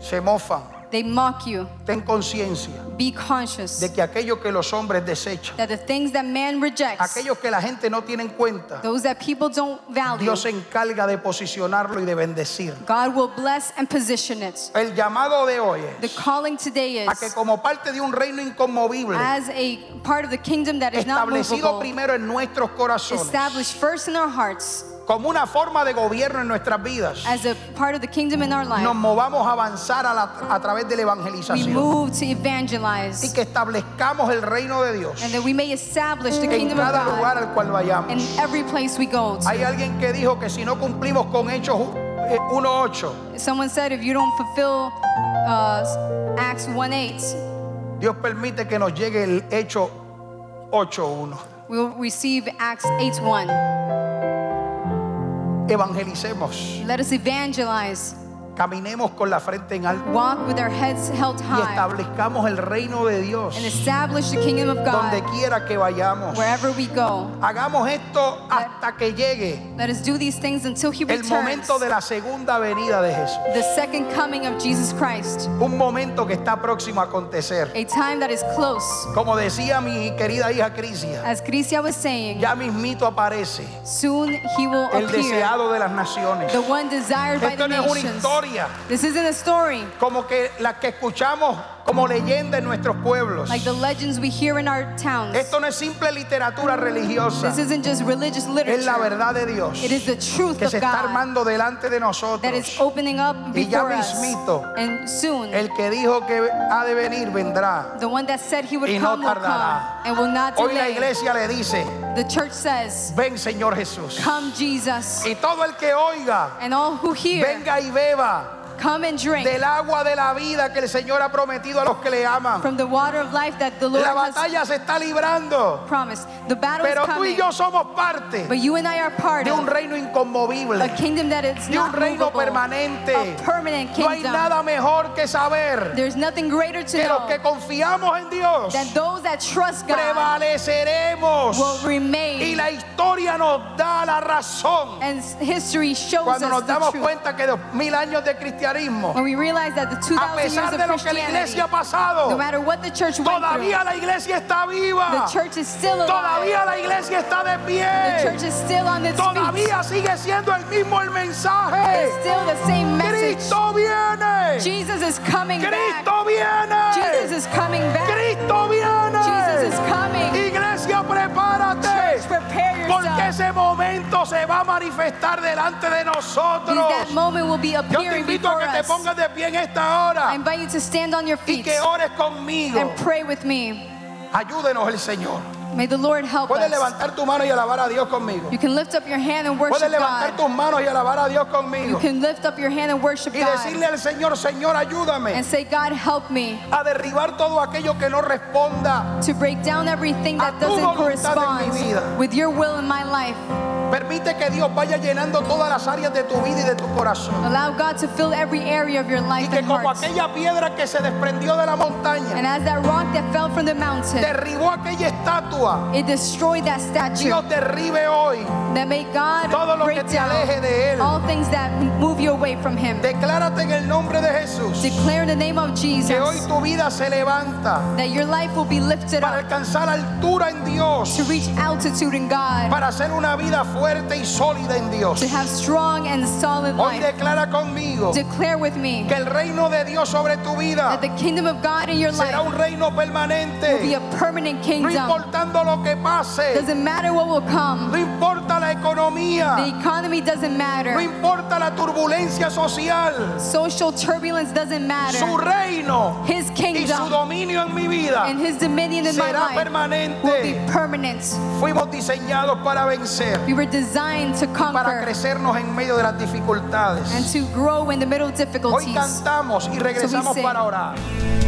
se mofan, they mock you, ten conciencia be conscious de que aquello que los hombres desechan, that the things that man rejects, aquellos que la gente no tiene en cuenta, those that people don't value, Dios se encarga de posicionarlo y de bendecir. God will bless and position it. El llamado de hoy The es calling today a que is como parte de un reino inconmovible, as a part of the kingdom that is not establecido movable, primero en nuestros corazones, established first in our hearts como una forma de gobierno en nuestras vidas, as a part of the kingdom in our nos life, movamos a avanzar a, la- a través de la we evangelización move to y evangelize que establezcamos el reino de Dios and that we may establish the en kingdom of cada lugar God al cual in vayamos. every place we go to. Hay alguien que dijo que si no cumplimos con Hechos eh, 1.8, Someone said if you don't fulfill uh, Acts 1.8, Dios permite que nos llegue el Hecho 8.1. we'll receive Acts 8.1. Evangelicemos, Let us evangelize, caminemos con la frente en alto. walk with our heads held y high, establezcamos el reino de Dios and establish the kingdom of donde God quiera que vayamos. wherever we go. Hagamos esto hasta que llegue Let us do these things until he el returns. momento de la segunda venida de Jesús. The second coming of Jesus Christ, Un momento que está próximo a acontecer. a time that is close. Como decía mi querida hija Crisia, As Crisia was saying, ya mismito aparece soon he will el appear, deseado de las naciones. the one desired by Esto the no es una nations. historia This isn't a story como que las que escuchamos como leyenda en nuestros pueblos. like the legends we hear in our towns. Esto no es simple literatura religiosa, This isn't just religious es la literature. verdad de Dios. It is the truth que of se está God armando delante de nosotros. that is opening up Y ya before us. mismito, And soon, El que dijo que ha de venir vendrá. the one that said he would y no come will tardará. come and will not Hoy la delay. iglesia le dice, The church says, ven Señor Jesús. Come, Jesus. Y todo el que oiga, And all who hear, venga y beba come and drink del agua de la vida que el Señor ha prometido a los que le aman. from the water of life that the Lord La has batalla se está librando, promised. The battle is pero tú y coming. yo somos parte But you and I are part de un of reino a inconmovible, kingdom that is de un not reino movable, permanente. a permanent No hay kingdom. nada mejor que saber There's nothing greater to que los que know confiamos en Dios than those that trust God will prevaleceremos. Y remain la historia nos da la razón. And s- history shows Cuando us nos the damos truth. cuenta que dos mil años de cristianismo, when we realize that the a 2,000 years pesar of de lo que la iglesia ha Christianity, no pasado, matter what the church went through, todavía la iglesia está the viva. church is still alive. Todavía la iglesia está de The pie. church is still on its feet. Todavía sigue siendo el mismo el mensaje. It's still the same message. Cristo viene. Jesus is coming back. Cristo viene. Jesus is coming back. Cristo Jesus is viene. coming. Iglesia, Church, prepárate. prepare Porque yourself. ese momento se va a manifestar delante de That nosotros. moment will be Yo te appearing invito a before que te us. pongas de pie en esta I hora invite you to stand on your y feet que ores conmigo. and pray with me. Ayúdenos el Señor. May the Lord help Puedes us. levantar tu mano y alabar a Dios conmigo. You can lift up your hand and Puedes worship levantar God. tus manos y alabar a Dios You conmigo. can lift up your hand and worship Y God. decirle al Señor, Señor, ayúdame and say, God, help me a derribar todo aquello que no responda to break down everything A that tu doesn't voluntad en mi vida. correspond with your will in my life. Permite que Dios vaya llenando todas las áreas de tu vida y de tu corazón. Allow God to fill every area of your Y life que and como heart. aquella piedra que se desprendió de la And montaña, as that rock that fell from the mountain, derribó aquella estatua, it destroyed that statue. Dios derribe hoy That may God todo lo que break te aleje down de Él. all things that move you away from Him. Declárate en el nombre de Jesús Declare in the name of Jesus que hoy tu vida se levanta that your life will be lifted para up alcanzar altura en to Dios, reach altitude in God, para hacer una vida fuerte y sólida en Dios. to have strong and solid Hoy life. declara conmigo Declare with me que el reino de Dios sobre tu vida that the kingdom of God in your será life un reino will be permanente. a permanent No kingdom. importando lo que pase, Doesn't matter what will come, no importa la economía, the economy doesn't no matter, importa la turbulencia social, social turbulence doesn't su matter. reino His y su kingdom dominio en mi vida and His dominion in my será life will be permanente. permanent. Fuimos diseñados para vencer, We were designed to para conquer crecernos en medio de las and dificultades. to grow in the middle of Hoy difficulties. cantamos y regresamos sing. para orar.